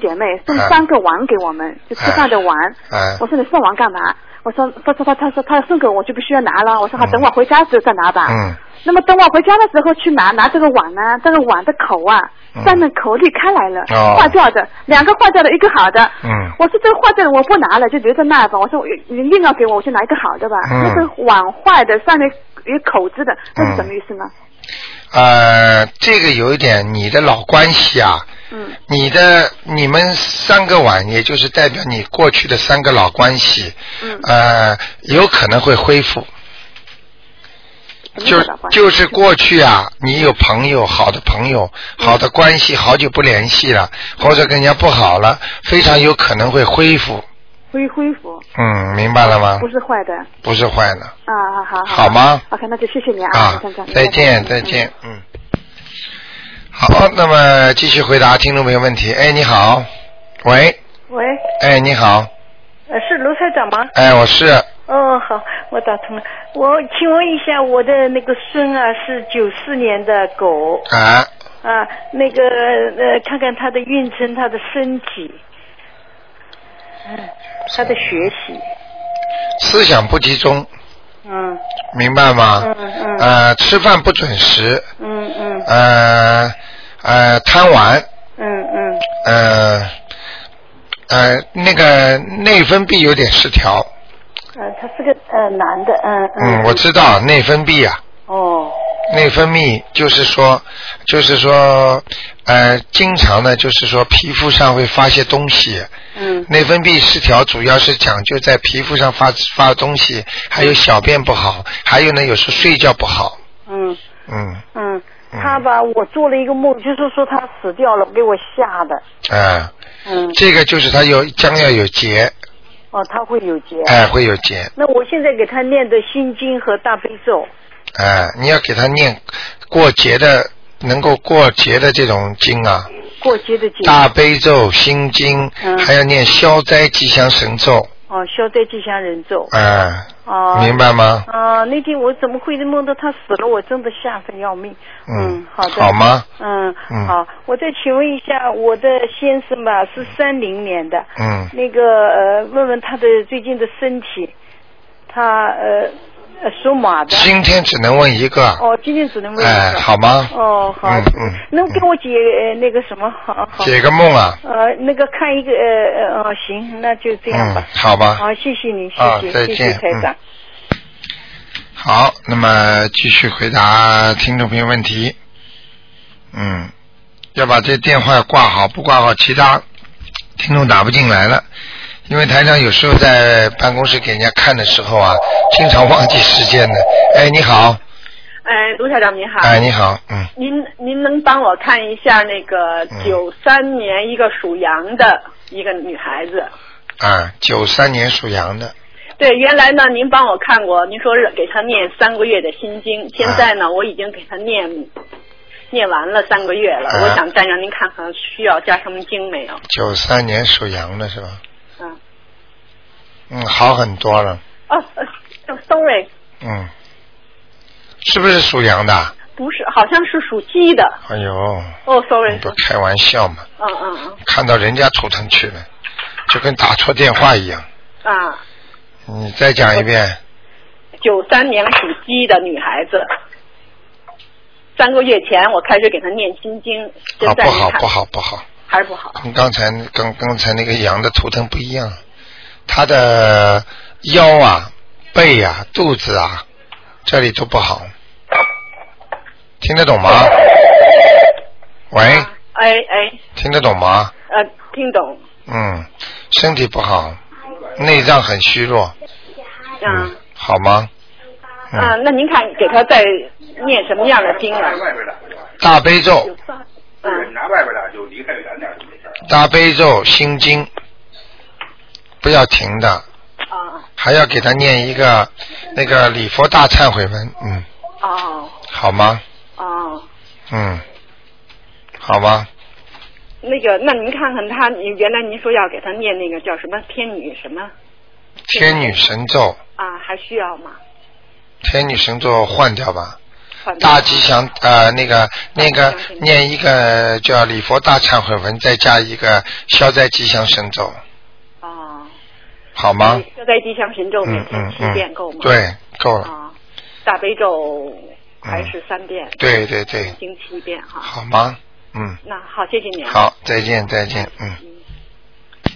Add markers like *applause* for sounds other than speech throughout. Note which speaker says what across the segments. Speaker 1: 姐妹送三个碗给我们，就吃饭的碗。
Speaker 2: 哎
Speaker 1: 我说你送碗干嘛？我说他说他他说他送给我，我就必须要拿了。我说好，等我回家的时候再拿吧。
Speaker 2: 嗯
Speaker 1: 那么等我回家的时候去拿拿这个碗呢，这个碗的口啊
Speaker 2: 嗯，
Speaker 1: 上面口裂开来了，
Speaker 2: 哦
Speaker 1: 坏掉的，两个坏掉的，一个好的。
Speaker 2: 嗯
Speaker 1: 我说这个坏掉的我不拿了，就留在那吧。我说你硬要给我，我就拿一个好的吧。
Speaker 2: 嗯
Speaker 1: 那个碗坏的，上面有口子的，这是什么意思呢？
Speaker 2: 呃，这个有一点你的老关系啊，
Speaker 1: 嗯
Speaker 2: 你的你们三个碗，也就是代表你过去的三个老关系，
Speaker 1: 嗯，
Speaker 2: 呃，有可能会恢复。
Speaker 1: 什么
Speaker 2: 呃就
Speaker 1: 叫老关系
Speaker 2: 就是过去啊，你有朋友，好的朋友，
Speaker 1: 嗯
Speaker 2: 好的关系，好久不联系了，或者跟人家不好了，非常有可能会恢复。
Speaker 1: 恢恢复，
Speaker 2: 嗯，明白了吗
Speaker 1: 不？是坏的。
Speaker 2: 不是坏的
Speaker 1: 啊，好好
Speaker 2: 好吗
Speaker 1: ？OK，那就谢谢你
Speaker 2: 啊
Speaker 1: 先生！
Speaker 2: 再见，再见。，嗯。好，那么继续回答听众朋友问题。哎，你好，喂，
Speaker 3: 喂，
Speaker 2: 哎，你好，
Speaker 3: 呃是卢台长吗？
Speaker 2: 哎，我是，
Speaker 3: 哦，好，我打通了。我请问一下，我的那个孙啊是九四年的狗
Speaker 2: 啊，
Speaker 3: 啊，那个呃，看看他的运程、他的身体，嗯，他的学习，
Speaker 2: 思想不集中，
Speaker 3: 嗯
Speaker 2: 明白吗？
Speaker 3: 嗯嗯
Speaker 2: 呃，吃饭不准时，
Speaker 3: 嗯嗯
Speaker 2: 呃呃，贪玩，
Speaker 3: 嗯嗯，
Speaker 2: 呃呃，那个内分泌有点失调。
Speaker 3: 呃，他是个呃男的，嗯
Speaker 2: 嗯，我知道内分泌啊，
Speaker 3: 哦，
Speaker 2: 内分泌就是说，就是说，呃，经常呢，就是说皮肤上会发些东西。
Speaker 3: 嗯
Speaker 2: 内分泌失调主要是讲究在皮肤上发发东西，还有小便不好，还有呢，有时候睡觉不好。
Speaker 3: 嗯
Speaker 2: 嗯，
Speaker 3: 嗯，他吧，我做了一个梦，就是说他死掉了，给我吓的，
Speaker 2: 啊、
Speaker 3: 嗯，
Speaker 2: 这个就是他有将要有结，
Speaker 3: 哦，他会有结。
Speaker 2: 哎、会有结，
Speaker 3: 那我现在给他念的心经和大悲咒，
Speaker 2: 哎、你要给他念过节的，能够过节的这种经啊。
Speaker 3: 过节的节
Speaker 2: 大悲咒、心经，
Speaker 3: 嗯
Speaker 2: 还要念消灾吉祥神咒，
Speaker 3: 哦，消灾吉祥人咒
Speaker 2: 啊、
Speaker 3: 哦，
Speaker 2: 明。白吗？
Speaker 3: 啊，那天我怎么会梦到他死了？我真的吓得要命。
Speaker 2: 嗯
Speaker 3: 好的。
Speaker 2: 好吗？
Speaker 3: 嗯，
Speaker 2: 嗯
Speaker 3: 好。我再请问一下，我的先生吧是三零年的，
Speaker 2: 嗯，
Speaker 3: 那个呃，问问他的最近的身体，他呃呃属马的。
Speaker 2: 今天只能问一个，哎、
Speaker 3: 哦，今天只能问一个。
Speaker 2: 好吗？
Speaker 3: 哦，好。
Speaker 2: 嗯嗯
Speaker 3: 能给我解呃那个什么？好好。
Speaker 2: 解个梦啊，
Speaker 3: 呃，那个看一个呃呃哦，行，那就这样
Speaker 2: 嗯
Speaker 3: 吧。，
Speaker 2: 好吧，
Speaker 3: 好，谢谢您，谢
Speaker 2: 啊
Speaker 3: 谢，
Speaker 2: 再
Speaker 3: 谢
Speaker 2: 见
Speaker 3: 谢台长。
Speaker 2: 好，那么继续回答听众朋友问题。嗯，要把这电话挂好，不挂好，其他听众打不进来了。因为台长有时候在办公室给人家看的时候啊，经常忘记时间的。哎，你好，
Speaker 4: 哎，卢校长您好。
Speaker 2: 嗯哎，你好，嗯，
Speaker 4: 您您能帮我看一下那个
Speaker 2: 嗯
Speaker 4: 九三年一个属羊的一个女孩子？
Speaker 2: 啊，九三年属羊的，
Speaker 4: 对，原来呢您帮我看过，您说是给她念三个月的心经，现在呢我已经给她念念完了三个月了，
Speaker 2: 啊
Speaker 4: 我想再让您看看需要加什么经没有？
Speaker 2: 九三年属羊的是吧？
Speaker 4: 嗯，
Speaker 2: 嗯，好很多了，
Speaker 4: 哦、呃 s o r r y
Speaker 2: 嗯，是不是属羊的？
Speaker 4: 不是，好像是属鸡的。
Speaker 2: 哎呦，
Speaker 4: 哦，sorry，
Speaker 2: 你不开玩笑嘛。
Speaker 4: 嗯嗯
Speaker 2: 看到人家图腾去了，就跟打错电话一样。
Speaker 4: 嗯啊，
Speaker 2: 你再讲一遍，
Speaker 4: 九三年属鸡的女孩子，三个月前我开始给她念心经，现
Speaker 2: 啊，
Speaker 4: 在
Speaker 2: 不
Speaker 4: 你
Speaker 2: 好
Speaker 4: 看
Speaker 2: 不好不好，
Speaker 4: 还是不好。
Speaker 2: 跟刚才跟刚才那个羊的图腾不一样，它的腰啊、背啊、肚子啊，这里都不好，听得懂吗？
Speaker 4: 嗯
Speaker 2: 喂，
Speaker 4: 啊哎哎，
Speaker 2: 听得懂吗？
Speaker 4: 呃，听懂。
Speaker 2: 嗯，身体不好，内脏很虚弱，
Speaker 4: 啊
Speaker 2: 嗯，好吗？
Speaker 4: 啊
Speaker 2: 嗯，，
Speaker 4: 那您看给他再念什么样的经啊？
Speaker 5: 外边的，
Speaker 2: 大悲咒、
Speaker 5: 你
Speaker 4: 嗯，
Speaker 5: 拿外边的就离开远点就没事儿。
Speaker 2: 大悲咒、心经，不要停的，
Speaker 4: 啊
Speaker 2: 还要给他念一个那个礼佛大忏悔文，嗯，
Speaker 4: 哦
Speaker 2: 好吗？
Speaker 4: 哦，
Speaker 2: 嗯，好吗？
Speaker 4: 那个，那您看看他，你原来您说要给他念那个叫什么天女什么
Speaker 2: 天女神咒，
Speaker 4: 啊？还需要吗？
Speaker 2: 天女神咒换掉吧，
Speaker 4: 传
Speaker 2: 大吉祥呃那个那个念一个叫礼佛大忏悔文，再加一个消灾吉祥神咒，
Speaker 4: 啊，
Speaker 2: 好吗？
Speaker 4: 消灾吉祥神咒每
Speaker 2: 嗯
Speaker 4: 天
Speaker 2: 嗯
Speaker 4: 七遍
Speaker 2: 嗯
Speaker 4: 够吗？，
Speaker 2: 对，够了，嗯
Speaker 4: 啊，大悲咒还是三遍，
Speaker 2: 对对对，
Speaker 4: 经七遍哈。
Speaker 2: 好吗？嗯，
Speaker 4: 那好，谢谢您。，
Speaker 2: 好，再见再见，嗯。
Speaker 4: 嗯。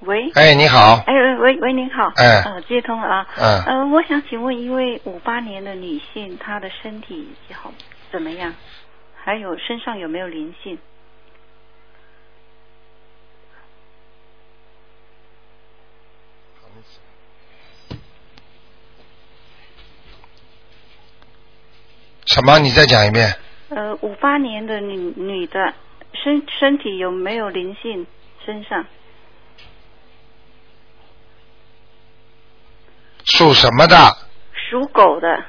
Speaker 6: 喂，
Speaker 2: 哎，你好，
Speaker 6: 哎喂喂喂，您好，
Speaker 2: 哎
Speaker 6: 呃，接通了啊，
Speaker 2: 嗯
Speaker 6: 呃，我想请问一位五八年的女性，她的身体好怎么样？还有身上有没有灵性？
Speaker 2: 什么？你再讲一遍。
Speaker 6: 呃，五八年的女女的身身体有没有灵性？身上
Speaker 2: 属什么的？
Speaker 6: 属狗的，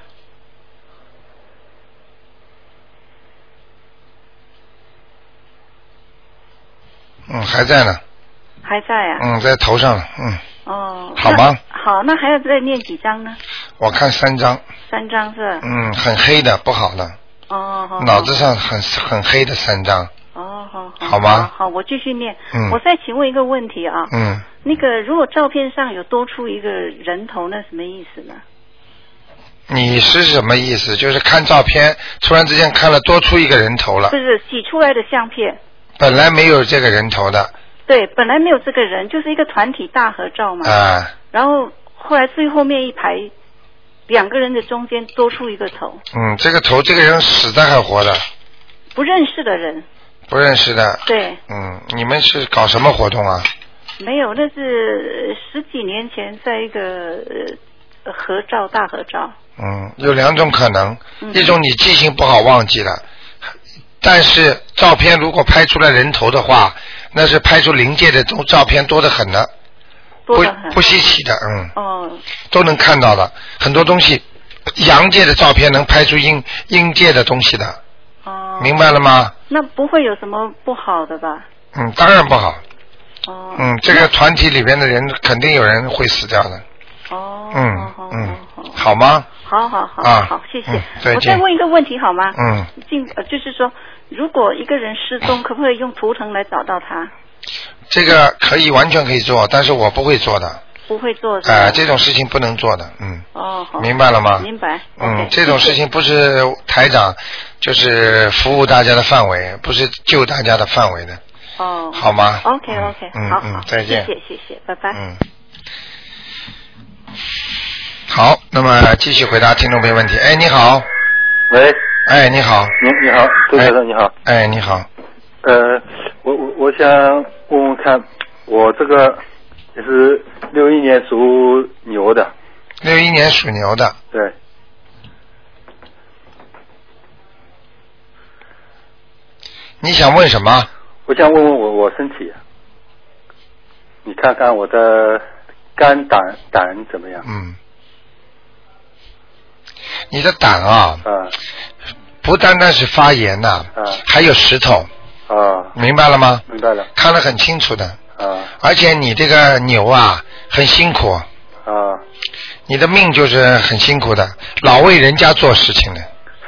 Speaker 2: 嗯，还在呢。
Speaker 6: 还在啊？
Speaker 2: 嗯，在头上了。嗯，
Speaker 6: 哦，
Speaker 2: 好
Speaker 6: 那
Speaker 2: 吗？
Speaker 6: 好，那还要再念几张呢？
Speaker 2: 我看三张。
Speaker 6: 三张是吧？
Speaker 2: 嗯，很黑的，不好了，
Speaker 6: 哦，好好
Speaker 2: 嗯脑子上很很黑的三张。
Speaker 6: 哦，好好，
Speaker 2: 好吗
Speaker 6: 好，我继续念。
Speaker 2: 嗯
Speaker 6: 我再请问一个问题啊。
Speaker 2: 嗯，
Speaker 6: 那个，如果照片上有多出一个人头，那什么意思呢？
Speaker 2: 你是什么意思？就是看照片，突然之间看了多出一个人头了
Speaker 6: 就，是洗出来的相片，
Speaker 2: 本来没有这个人头的
Speaker 6: 对，本来没有这个人，就是一个团体大合照嘛。
Speaker 2: 啊、
Speaker 6: 然后后来最后面一排，两个人的中间多出一个头，
Speaker 2: 嗯，这个头这个人死的还活的，
Speaker 6: 不认识的人，
Speaker 2: 不认识的。
Speaker 6: 对，
Speaker 2: 嗯，你们是搞什么活动啊？
Speaker 6: 没有，那是呃十几年前在一个呃合照大合照，
Speaker 2: 嗯，有两种可能，
Speaker 6: 嗯
Speaker 2: 一种你记性不好忘记了，但是照片如果拍出来人头的话，那是拍出灵界的都照片多得很的，
Speaker 6: 多
Speaker 2: 不
Speaker 6: 得很。
Speaker 2: 不稀奇的，嗯，
Speaker 6: 哦，
Speaker 2: 都能看到的，很多东西，阳界的照片能拍出阴阴界的东西的，
Speaker 6: 哦，
Speaker 2: 明白了吗？
Speaker 6: 那不会有什么不好的吧？
Speaker 2: 嗯，当然不好，
Speaker 6: 哦，
Speaker 2: 嗯，这个团体里边的人肯定有人会死掉的，
Speaker 6: 哦，
Speaker 2: 嗯
Speaker 6: 好
Speaker 2: 嗯
Speaker 6: 好，好
Speaker 2: 好吗？
Speaker 6: 好好好，
Speaker 2: 啊
Speaker 6: 好，谢谢。
Speaker 2: 嗯再
Speaker 6: 我
Speaker 2: 见
Speaker 6: 再问一个问题好吗？
Speaker 2: 嗯，
Speaker 6: 进呃就是说，如果一个人失踪，可不可以用图腾来找到他？
Speaker 2: 这个可以完全可以做，但是我不会做的，啊、
Speaker 6: 不会做是吧？
Speaker 2: 这种事情不能做的，嗯。
Speaker 6: 嗯哦，好，
Speaker 2: 明白了吗？
Speaker 6: 明白。
Speaker 2: 嗯
Speaker 6: OK，，
Speaker 2: 这种
Speaker 6: 谢谢
Speaker 2: 事情不是台长，就是服务大家的范围，不是救大家的范围的，
Speaker 6: 哦，
Speaker 2: 好吗
Speaker 6: ，OK OK，
Speaker 2: 嗯
Speaker 6: 好
Speaker 2: 嗯
Speaker 6: 好，
Speaker 2: 再见
Speaker 6: 谢谢谢谢，拜拜。
Speaker 2: 嗯。好，那么继续回答听众朋友问题。哎，你好，
Speaker 7: 喂，
Speaker 2: 哎，你好，
Speaker 7: 你你好，周先生你好，
Speaker 2: 哎，你好，
Speaker 7: 呃，我我我想问问看，我这个也是六一年属牛的，
Speaker 2: 六一年属牛的，
Speaker 7: 对，
Speaker 2: 你想问什么？
Speaker 7: 我想问问我我身体，啊你看看我的肝胆胆怎么样？
Speaker 2: 嗯，你的胆啊，
Speaker 7: 啊
Speaker 2: 不单单是发炎呐、
Speaker 7: 嗯
Speaker 2: 还有石头，
Speaker 7: 啊，
Speaker 2: 明白了吗？
Speaker 7: 明白了，
Speaker 2: 看得很清楚的，
Speaker 7: 啊
Speaker 2: 而且你这个牛啊，很辛苦。
Speaker 7: 啊，
Speaker 2: 你的命就是很辛苦的，老为人家做事情的，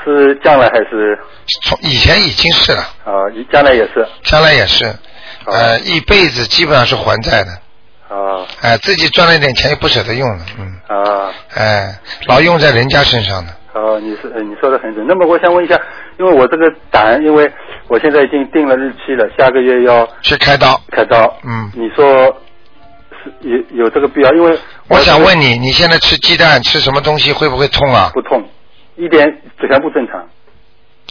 Speaker 7: 是将来还是
Speaker 2: 从以前已经是了，
Speaker 7: 啊？将来也是
Speaker 2: 将来也是，
Speaker 7: 哦
Speaker 2: 呃，一辈子基本上是还债的，
Speaker 7: 啊
Speaker 2: 哎、自己赚了一点钱又不舍得用了，嗯，
Speaker 7: 啊。
Speaker 2: 哎、老用在人家身上的，
Speaker 7: 哦，你是呃你说的很准。那么我想问一下，因为我这个胆，因为我现在已经定了日期了，下个月要
Speaker 2: 去开刀。
Speaker 7: 开刀。
Speaker 2: 嗯
Speaker 7: 你说是有有这个必要？因为
Speaker 2: 我想
Speaker 7: 这
Speaker 2: 问你，你现在吃鸡蛋吃什么东西会不会痛啊
Speaker 7: 个？不痛，一点全部正常，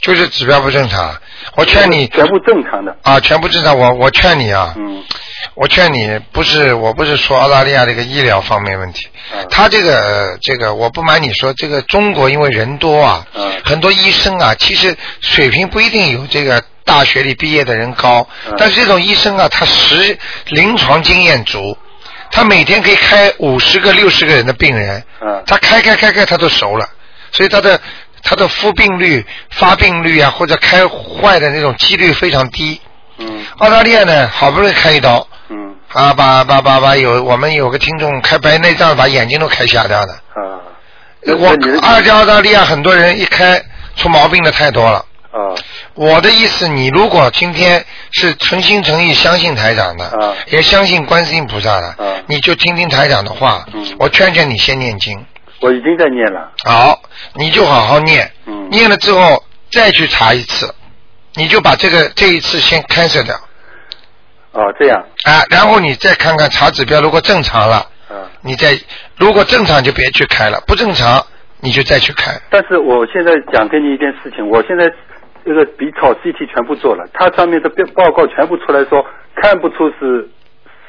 Speaker 2: 就是指标不正常。啊我劝你
Speaker 7: 全部正常的。
Speaker 2: 啊，全部正常。我我劝你啊，
Speaker 7: 嗯
Speaker 2: 我劝你，不是，我不是说澳大利亚这个医疗方面问题，
Speaker 7: 嗯
Speaker 2: 他这个呃这个，我不瞒你说，这个中国因为人多啊，
Speaker 7: 嗯
Speaker 2: 很多医生啊，其实水平不一定有这个大学里毕业的人高，
Speaker 7: 嗯
Speaker 2: 但是这种医生啊，他实临床经验足，他每天可以开五十个、六十个人的病人，
Speaker 7: 嗯
Speaker 2: 他开开开开，他都熟了，所以他的他的复病率、发病率啊，或者开坏的那种几率非常低。
Speaker 7: 嗯
Speaker 2: 澳大利亚呢，好不容易开一刀，
Speaker 7: 嗯
Speaker 2: 啊，把把把把有我们有个听众开白内障，把眼睛都开瞎掉了。
Speaker 7: 啊，
Speaker 2: 我
Speaker 7: 那你是
Speaker 2: 而且澳大利亚很多人一开出毛病的太多了。
Speaker 7: 啊
Speaker 2: 我的意思，你如果今天是诚心诚意相信台长的，
Speaker 7: 啊
Speaker 2: 也相信观世音菩萨的，
Speaker 7: 啊
Speaker 2: 你就听听台长的话。
Speaker 7: 嗯
Speaker 2: 我劝劝你先念经，
Speaker 7: 我已经在念了，
Speaker 2: 好，你就好好念，
Speaker 7: 嗯
Speaker 2: 念了之后再去查一次，你就把这个这一次先 cancel 掉
Speaker 7: 哦，这样，
Speaker 2: 啊，然后你再看看查指标，如果正常了，
Speaker 7: 啊，
Speaker 2: 你再如果正常就别去开了，不正常你就再去开。
Speaker 7: 但是我现在讲给你一件事情，我现在这个 B 超 CT 全部做了，它上面的报报告全部出来说看不出是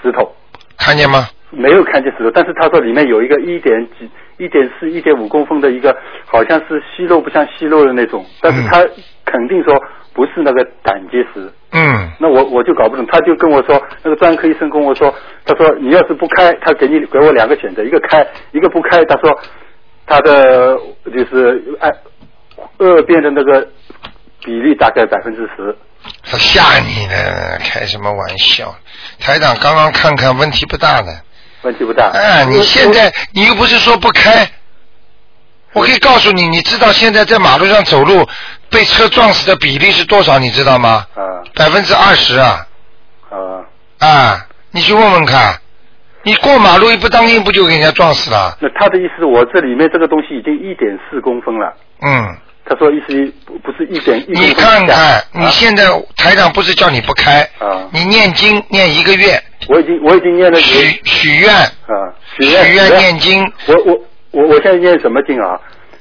Speaker 7: 石头，
Speaker 2: 看见吗？
Speaker 7: 没有看见石头，但是他说里面有一个一点几、一点四、一点五公分的一个，好像是息肉不像息肉的那种，但是他肯定说不是那个胆结石。
Speaker 2: 嗯，
Speaker 7: 那我我就搞不懂，他就跟我说，那个专科医生跟我说，他说你要是不开，他给你给我两个选择，一个开，一个不开。他说他的就是哎恶变的那个比例大概百分之十。
Speaker 2: 他吓你呢，开什么玩笑？台长刚刚看看问题不大的。
Speaker 7: 问题不大。
Speaker 2: 哎，你现在你又不是说不开，我可以告诉你，你知道现在在马路上走路被车撞死的比例是多少？你知道吗？
Speaker 7: 啊
Speaker 2: 百分之二十啊！
Speaker 7: 啊，
Speaker 2: 啊，你去问问看，你过马路一不当心不就给人家撞死了？
Speaker 7: 那他的意思，我这里面这个东西已经一点四公分了。
Speaker 2: 嗯，
Speaker 7: 他说意思不不是一点一公分
Speaker 2: 你看
Speaker 7: 以下
Speaker 2: 看，你
Speaker 7: 啊
Speaker 2: 现在台长不是叫你不开
Speaker 7: 啊，
Speaker 2: 你念经念一个月，
Speaker 7: 我已经我已经念了
Speaker 2: 许许愿，
Speaker 7: 啊许
Speaker 2: 许
Speaker 7: 愿
Speaker 2: 愿念经，
Speaker 7: 我我我我现在念什么经啊？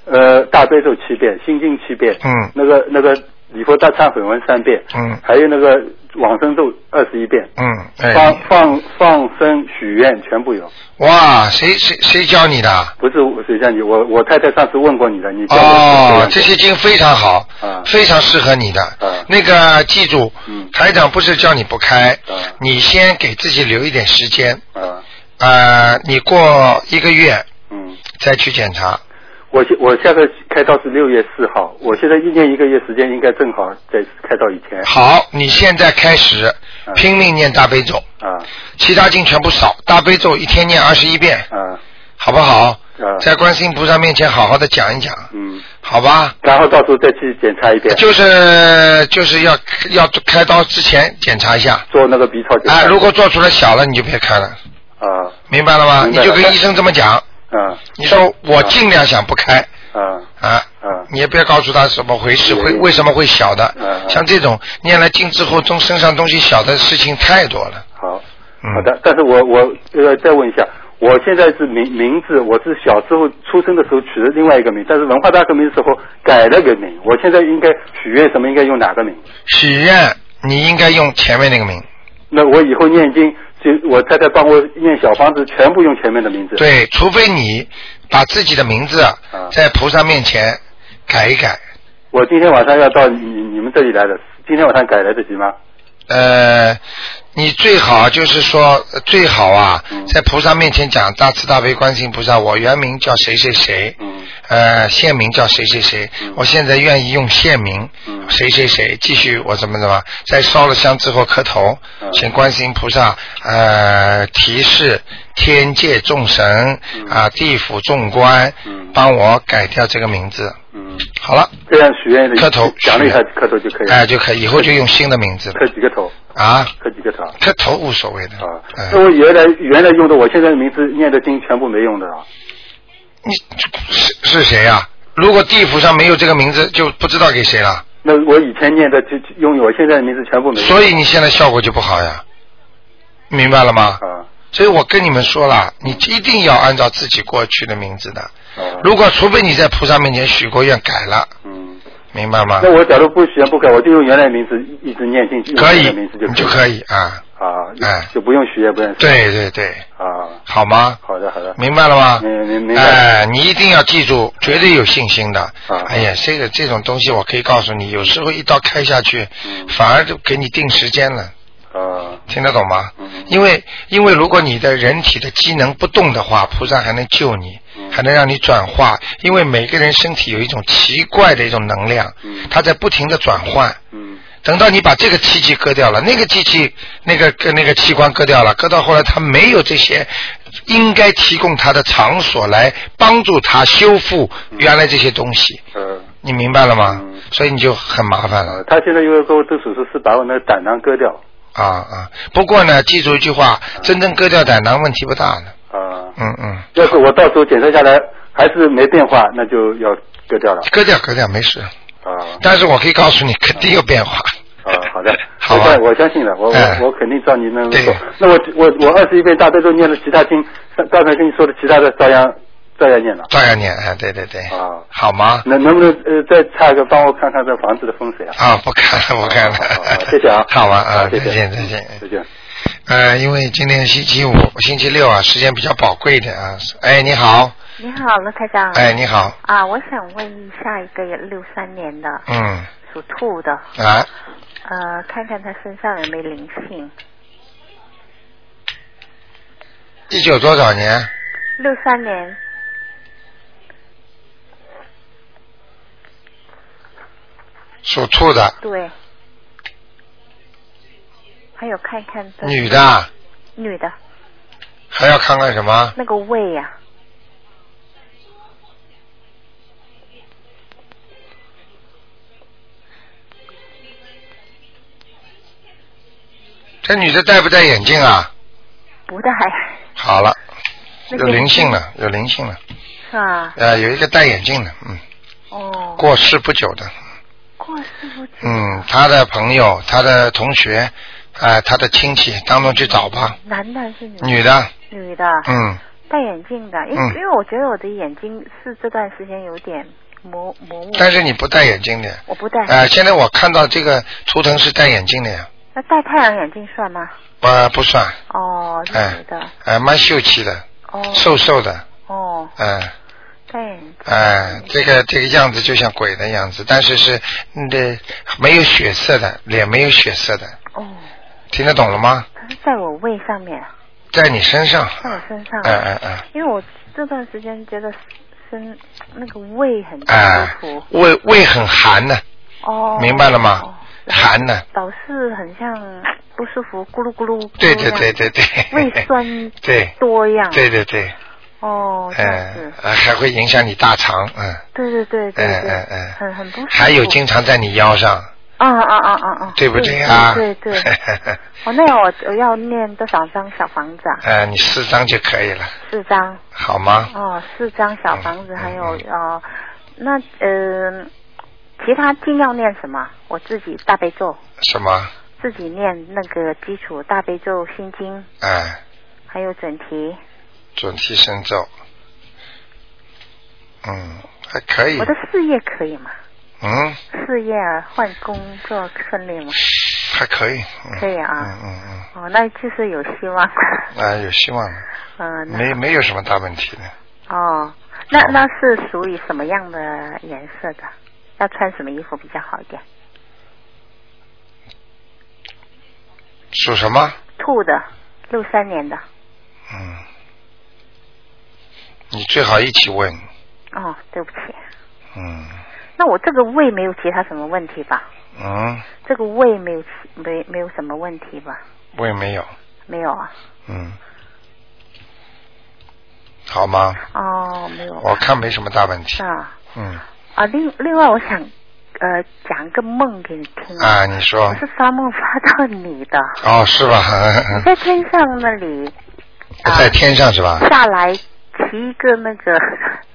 Speaker 7: 呃，大悲咒七遍，心经七遍，
Speaker 2: 嗯
Speaker 7: 那个那个礼佛大忏悔文三遍，
Speaker 2: 嗯
Speaker 7: 还有那个往生咒二十一遍，
Speaker 2: 嗯，哎
Speaker 7: 放，放放生许愿全部有，
Speaker 2: 哇，谁谁谁教你的啊？
Speaker 7: 不是我水像你，我我太太上次问过你的，你教我
Speaker 2: 哦，这
Speaker 7: 怎么样
Speaker 2: 些经非常好，
Speaker 7: 啊
Speaker 2: 非常适合你的。
Speaker 7: 啊
Speaker 2: 那个记住，
Speaker 7: 嗯
Speaker 2: 台长不是叫你不开，
Speaker 7: 啊
Speaker 2: 你先给自己留一点时间，
Speaker 7: 啊
Speaker 2: 呃，你过一个月
Speaker 7: 嗯。
Speaker 2: 再去检查。
Speaker 7: 我现我下个开刀是六月四号，我现在一年一个月时间应该正好在开刀以前
Speaker 2: 好，你现在开始
Speaker 7: 哎啊
Speaker 2: 拼命念大悲咒，
Speaker 7: 啊
Speaker 2: 其他经全部少，大悲咒一天念二十一遍，
Speaker 7: 啊
Speaker 2: 好不好？
Speaker 7: 啊
Speaker 2: 在观世音菩萨面前好好的讲一讲，
Speaker 7: 嗯，
Speaker 2: 好吧？
Speaker 7: 然后到时候再去检查一遍，
Speaker 2: 就是就是要要开刀之前检查一下，
Speaker 7: 做那个 B 超检
Speaker 2: 啊、
Speaker 7: 查。
Speaker 2: 如果做出来小了，你就别开了。
Speaker 7: 啊
Speaker 2: 明白了吗？
Speaker 7: 明
Speaker 2: 你
Speaker 7: 白了
Speaker 2: 就跟医生这么讲，
Speaker 7: 啊
Speaker 2: 你说我尽量想不开
Speaker 7: 啊
Speaker 2: 啊，
Speaker 7: 啊
Speaker 2: 你也不要告诉他什么回事，
Speaker 7: 嗯
Speaker 2: 会为什么会小的
Speaker 7: 嗯，嗯
Speaker 2: 像这种念了经之后，中身上东西小的事情太多了。
Speaker 7: 好
Speaker 2: 嗯
Speaker 7: 好的，但是我我呃再问一下，我现在是名名字，我是小时候出生的时候取的另外一个名，但是文化大革命的时候改了个名，我现在应该许愿什么应该用哪个名？
Speaker 2: 许愿你应该用前面那个名，
Speaker 7: 那我以后念经，就我太太帮我念小房子，全部用前面的名字。
Speaker 2: 对，除非你把自己的名字啊
Speaker 7: 嗯
Speaker 2: 在菩萨面前改一改，
Speaker 7: 我今天晚上要到你你们这里来的，今天晚上改来得及吗？
Speaker 2: 呃，你最好就是说呃最好啊
Speaker 7: 嗯，
Speaker 2: 在菩萨面前讲大慈大悲观世音菩萨，我原名叫谁谁谁，
Speaker 7: 嗯
Speaker 2: 呃，现名叫谁谁谁
Speaker 7: 嗯，
Speaker 2: 我现在愿意用现名，
Speaker 7: 嗯
Speaker 2: 谁谁谁，继续我怎么怎么，在烧了香之后磕头，
Speaker 7: 嗯
Speaker 2: 请观世音菩萨呃提示天界众神
Speaker 7: 嗯
Speaker 2: 啊、地府众官
Speaker 7: 嗯，
Speaker 2: 帮我改掉这个名字，
Speaker 7: 嗯，
Speaker 2: 好了，
Speaker 7: 这样许愿的
Speaker 2: 磕头
Speaker 7: 奖励他
Speaker 2: 许愿
Speaker 7: 磕头就可以了。
Speaker 2: 哎、就可以，以后就用新的名字了
Speaker 7: 磕几个头，
Speaker 2: 啊。
Speaker 7: 磕几个头。
Speaker 2: 磕头无所谓的
Speaker 7: 啊，
Speaker 2: 哎
Speaker 7: 那我原来原来用的，我现在的名字念的经全部没用的啊。
Speaker 2: 你是是谁呀、如果地府上没有这个名字，就不知道给谁了。
Speaker 7: 那我以前念的就就用我现在的名字全部没用。
Speaker 2: 所以你现在效果就不好呀，明白了吗？
Speaker 7: 啊，
Speaker 2: 所以我跟你们说了，你一定要按照自己过去的名字的。
Speaker 7: 啊
Speaker 2: 如果除非你在菩萨面前许过愿改了，
Speaker 7: 嗯，
Speaker 2: 明白吗
Speaker 7: 那？我假如不许愿不改，我就用原来名字一直念进去，用
Speaker 2: 可
Speaker 7: 原
Speaker 2: 以
Speaker 7: 来名字，
Speaker 2: 你
Speaker 7: 就
Speaker 2: 就
Speaker 7: 以
Speaker 2: 可以啊。
Speaker 7: 啊，
Speaker 2: 哎
Speaker 7: 就不用许愿，不用许
Speaker 2: 对对对，
Speaker 7: 啊。
Speaker 2: 好吗？
Speaker 7: 好的，好的，
Speaker 2: 明白了吗？
Speaker 7: 明嗯明明白
Speaker 2: 哎、你一定要记住，绝对有信心的。
Speaker 7: 啊
Speaker 2: 哎呀，这个这种东西，我可以告诉你，有时候一刀开下去，
Speaker 7: 嗯
Speaker 2: 反而就给你定时间了，
Speaker 7: 啊，
Speaker 2: 听得懂吗？
Speaker 7: 嗯嗯
Speaker 2: 因为因为如果你的人体的机能不动的话，菩萨还能救你，
Speaker 7: 嗯
Speaker 2: 还能让你转化。因为每个人身体有一种奇怪的一种能量，
Speaker 7: 嗯
Speaker 2: 它在不停的转换。
Speaker 7: 嗯
Speaker 2: 等到你把这个机器割掉了，那个机器那个跟那个器官割掉了，割到后来他没有这些应该提供他的场所来帮助他修复原来这些东西，
Speaker 7: 嗯。
Speaker 2: 你明白了吗
Speaker 7: 嗯？
Speaker 2: 所以你就很麻烦了
Speaker 7: 呃，他现在因为给我做手术是把我那个胆囊割掉
Speaker 2: 啊啊！不过呢，记住一句话，真正割掉胆囊问题不大的，
Speaker 7: 啊、
Speaker 2: 嗯嗯，
Speaker 7: 要是我到时候检测下来还是没变化，那就要割掉了
Speaker 2: 割掉割掉没事，
Speaker 7: 啊
Speaker 2: 但是我可以告诉你， *laughs* 肯定有变化。
Speaker 7: 啊！好的，
Speaker 2: 好
Speaker 7: 我
Speaker 2: 吧
Speaker 7: 相我相信的，我
Speaker 2: 哎
Speaker 7: 我我肯定照你那么
Speaker 2: 对
Speaker 7: 说。那我我我二十一遍大悲咒念了，其他经刚才跟你说的其他的照样照样念了
Speaker 2: 照样念，哎，对对对，
Speaker 7: 啊。
Speaker 2: 好吗？
Speaker 7: 能能不能呃再差一个帮我看看这房子的风水啊？
Speaker 2: 啊，不看了，不看
Speaker 7: 好好好
Speaker 2: 了，
Speaker 7: 谢谢啊，
Speaker 2: *laughs* 好吧
Speaker 7: 好
Speaker 2: 啊，
Speaker 7: 谢嗯
Speaker 2: 再
Speaker 7: 谢，
Speaker 2: 见再见。
Speaker 7: 再见。
Speaker 2: 呃，因为今天星期五、星期六啊，时间比较宝贵的啊。哎，你好，
Speaker 8: 你好，卢台长。
Speaker 2: 哎，你好，
Speaker 8: 啊，我想问一下一个六三年的
Speaker 2: 嗯，
Speaker 8: 属兔的，
Speaker 2: 啊，
Speaker 8: 呃，看看他身上有没有灵性。
Speaker 2: 一九多少年？
Speaker 8: 六三年，
Speaker 2: 属兔的，
Speaker 8: 对。还有看看他
Speaker 2: 女的，啊
Speaker 8: 女的
Speaker 2: 还要看看什么？
Speaker 8: 那个胃啊呀、
Speaker 2: 这女的戴不戴眼镜啊？
Speaker 8: 不大
Speaker 2: 好了，
Speaker 8: 那
Speaker 2: 有
Speaker 8: 个
Speaker 2: 灵性了，有灵性了，
Speaker 8: 是吧？
Speaker 2: 呃，有一个戴眼镜的，嗯，
Speaker 8: 哦，
Speaker 2: 过世不久的，
Speaker 8: 过世不久，
Speaker 2: 嗯，他的朋友、他的同学，啊、他的亲戚，当中去找吧。
Speaker 8: 男的还是女的？
Speaker 2: 女的，
Speaker 8: 女的，
Speaker 2: 嗯，
Speaker 8: 戴眼镜的，因为、
Speaker 2: 嗯
Speaker 8: 因为我觉得我的眼睛是这段时间有点模模糊，
Speaker 2: 但是你不戴眼镜的，
Speaker 8: 我不戴，
Speaker 2: 呃，现在我看到这个图腾是戴眼镜的呀，
Speaker 8: 那戴太阳眼镜算吗？
Speaker 2: 呃，不算，
Speaker 8: 哦，是
Speaker 2: 哎
Speaker 8: 女的，
Speaker 2: 呃，蛮秀气的，
Speaker 8: 哦
Speaker 2: 瘦瘦的，
Speaker 8: 哦，
Speaker 2: 嗯、
Speaker 8: 戴眼镜，
Speaker 2: 哎、这个这个样子就像鬼的样子，但是是你的没有血色的，脸没有血色的，
Speaker 8: 哦，
Speaker 2: 听得懂了吗？
Speaker 8: 它是在我胃上面，
Speaker 2: 在你身上，
Speaker 8: 在我身上，
Speaker 2: 嗯嗯嗯，
Speaker 8: 因为我这段时间觉得身那个胃很不
Speaker 2: 哎、
Speaker 8: 舒服，
Speaker 2: 胃胃很寒呢，
Speaker 8: 哦，
Speaker 2: 明白了吗
Speaker 8: 哦
Speaker 2: 寒呢，
Speaker 8: 老是很像不舒服，咕噜咕噜，咕噜
Speaker 2: 对对对
Speaker 8: 这样
Speaker 2: 对对，
Speaker 8: 胃酸
Speaker 2: *laughs* 对
Speaker 8: 多样，
Speaker 2: 对对对，
Speaker 8: 哦，这样子
Speaker 2: 嗯、，呃还会影响你大肠，嗯。
Speaker 8: 对对对对
Speaker 2: 嗯
Speaker 8: 对，
Speaker 2: 嗯嗯，
Speaker 8: 很很不舒服，
Speaker 2: 还有经常在你腰上，
Speaker 8: 啊啊啊啊啊，
Speaker 2: 对不啊？
Speaker 8: 对对，
Speaker 2: *laughs*
Speaker 8: 对哦，那样我我要念多少张小房子啊？
Speaker 2: 呃，你四张就可以了，
Speaker 8: 四张。
Speaker 2: 好吗？
Speaker 8: 哦，四张小房子，
Speaker 2: 嗯
Speaker 8: 还有
Speaker 2: 嗯
Speaker 8: 哦，那呃，其他经要念什么？我自己大悲咒，
Speaker 2: 什么？
Speaker 8: 自己念那个基础大悲咒心经，
Speaker 2: 哎、
Speaker 8: 还有准提。
Speaker 2: 准提神咒，嗯，还可以
Speaker 8: 我，的事业可以吗？
Speaker 2: 嗯，
Speaker 8: 事业啊换工作顺利吗？
Speaker 2: 还可以，嗯、
Speaker 8: 可以啊
Speaker 2: 嗯嗯嗯，
Speaker 8: 哦，那就是有希望。
Speaker 2: 啊、有希望的，
Speaker 8: 嗯、那
Speaker 2: 没没有什么大问题的，
Speaker 8: 哦，那那是属于什么样的颜色的？要穿什么衣服比较好一点？
Speaker 2: 属什么？
Speaker 8: 兔的，六三年的。
Speaker 2: 嗯，你最好一起问，
Speaker 8: 哦，对不起，
Speaker 2: 嗯
Speaker 8: 那我这个胃没有其他什么问题吧？
Speaker 2: 嗯，
Speaker 8: 这个胃没有其没没有什么问题吧？
Speaker 2: 我也没有，
Speaker 8: 没有啊？
Speaker 2: 嗯，好吗？
Speaker 8: 哦，没有
Speaker 2: 我看没什么大问题
Speaker 8: 是。啊
Speaker 2: 嗯
Speaker 8: 啊！另另外，我想呃讲一个梦给你听
Speaker 2: 啊，你说
Speaker 8: 我是发梦发到你的，
Speaker 2: 哦，是
Speaker 8: *laughs*
Speaker 2: 吧？
Speaker 8: 你在天上那里啊
Speaker 2: 在天上是吧？
Speaker 8: 下来骑一个那个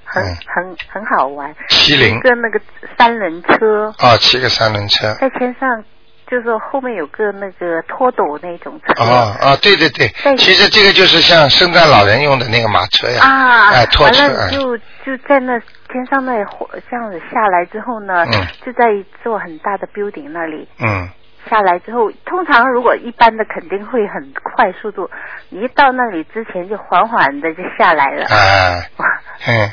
Speaker 8: 很
Speaker 2: 嗯
Speaker 8: 很很好玩，
Speaker 2: 麒麟
Speaker 8: 一个那个三轮车
Speaker 2: 哦，骑个三轮车。
Speaker 8: 在天上，就是说后面有个那个拖斗那种车。
Speaker 2: 哦哦，对对对
Speaker 8: 对，
Speaker 2: 其实这个就是像圣诞老人用的那个马车呀，
Speaker 8: 啊，
Speaker 2: 哎，拖
Speaker 8: 完
Speaker 2: 车，
Speaker 8: 了
Speaker 2: 哎
Speaker 8: 就就在那天上那里这样子下来之后呢，
Speaker 2: 嗯
Speaker 8: 就在一座很大的 building 那里
Speaker 2: 嗯，
Speaker 8: 下来之后，通常如果一般的肯定会很快速度，你一到那里之前就缓缓的就下来了。
Speaker 2: 哎，嗯，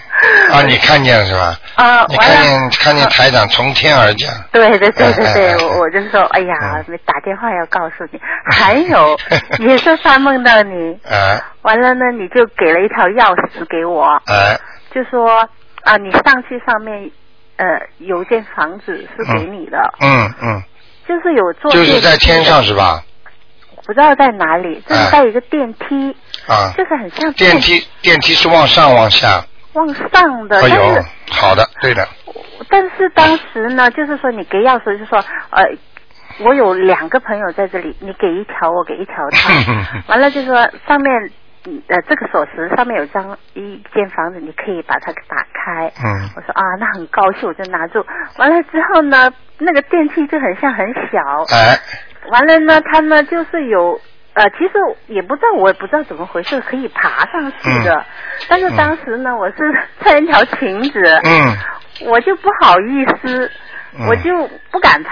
Speaker 2: 啊，你看见了是吧？
Speaker 8: *laughs* 啊，
Speaker 2: 你
Speaker 8: 完
Speaker 2: 看
Speaker 8: 了。啊
Speaker 2: 见看见台长从天而降，
Speaker 8: 对对对
Speaker 2: 哎
Speaker 8: 对
Speaker 2: 哎哎嗯
Speaker 8: 对，我我就说，哎呀，打电话要告诉你。还
Speaker 2: *laughs*
Speaker 8: 有，也是发梦到你，
Speaker 2: 哎
Speaker 8: 完了呢，你就给了一条钥匙给我。
Speaker 2: 哎，
Speaker 8: 就说啊，你上去上面呃有一间房子是给你的，
Speaker 2: 嗯嗯，
Speaker 8: 就是有坐
Speaker 2: 就
Speaker 8: 电梯
Speaker 2: 是在天上是吧？
Speaker 8: 不知道在哪里，就是在一个电梯，
Speaker 2: 啊，
Speaker 8: 就是很像
Speaker 2: 电梯电梯是往上往下，
Speaker 8: 往上的，
Speaker 2: 哎
Speaker 8: 呃但
Speaker 2: 呦
Speaker 8: 是，
Speaker 2: 好的，
Speaker 8: *laughs*
Speaker 2: 对的，
Speaker 8: 但是当时呢，就是说你给钥匙，就说呃，我有两个朋友在这里，你给一条，我给一条他。
Speaker 2: *laughs*
Speaker 8: 完了就说上面嗯呃这个锁匙上面有张一间房子，你可以把它给打开。
Speaker 2: 嗯
Speaker 8: 我说啊，那很高兴，我就拿住。完了之后呢，那个电梯就很像很小。
Speaker 2: 哎，
Speaker 8: 完了呢，它呢就是有呃，其实也不知道，我也不知道怎么回事，可以爬上去的。
Speaker 2: 嗯
Speaker 8: 但是当时呢，我是穿一条裙子，
Speaker 2: 嗯
Speaker 8: 我就不好意思，
Speaker 2: 嗯
Speaker 8: 我就不敢爬。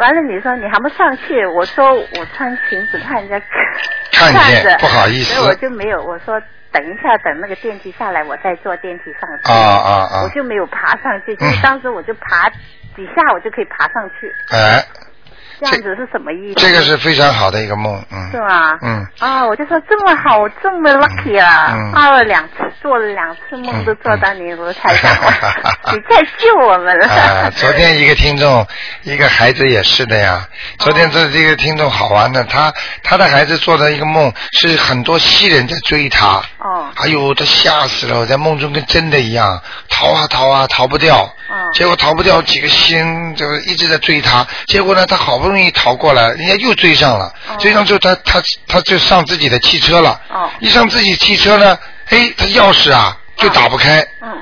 Speaker 8: 完了，你说你还不上去？我说我穿裙子怕人家 *laughs*
Speaker 2: 看见
Speaker 8: 着，
Speaker 2: 不好意思
Speaker 8: 所以我就没有。我说等一下，等那个电梯下来，我再坐电梯上去。
Speaker 2: 啊啊啊
Speaker 8: 我，就没有爬上去，就是
Speaker 2: 嗯
Speaker 8: 当时我就爬几下，我就可以爬上去。
Speaker 2: 哎，
Speaker 8: 这样子是什么意思？
Speaker 2: 这个是非常好的一个梦，嗯
Speaker 8: 是吗？ *laughs*
Speaker 2: 嗯
Speaker 8: 啊，我就说这么好，我这么 lucky 啊，
Speaker 2: 嗯
Speaker 8: 做了两次，做了两次梦都做到你我台长了，
Speaker 2: *laughs*
Speaker 8: 你太救我们了。
Speaker 2: 啊，昨天一个听众，一个孩子也是的
Speaker 8: 哦
Speaker 2: 呀。昨天这这个听众好玩的，他他的孩子做的一个梦，是很多西人在追他。
Speaker 8: *laughs* 哦
Speaker 2: 哎呦，他吓死了！我在梦中跟真的一样，逃啊逃啊，逃不掉。
Speaker 8: 嗯
Speaker 2: 结果逃不掉，几个星就是一直在追他。结果呢，他好不容易逃过来，人家又追上了。追上之后，他他他就上自己的汽车了。
Speaker 8: 哦
Speaker 2: 一上自己汽车呢，哎，他钥匙啊就打不开。
Speaker 8: 嗯，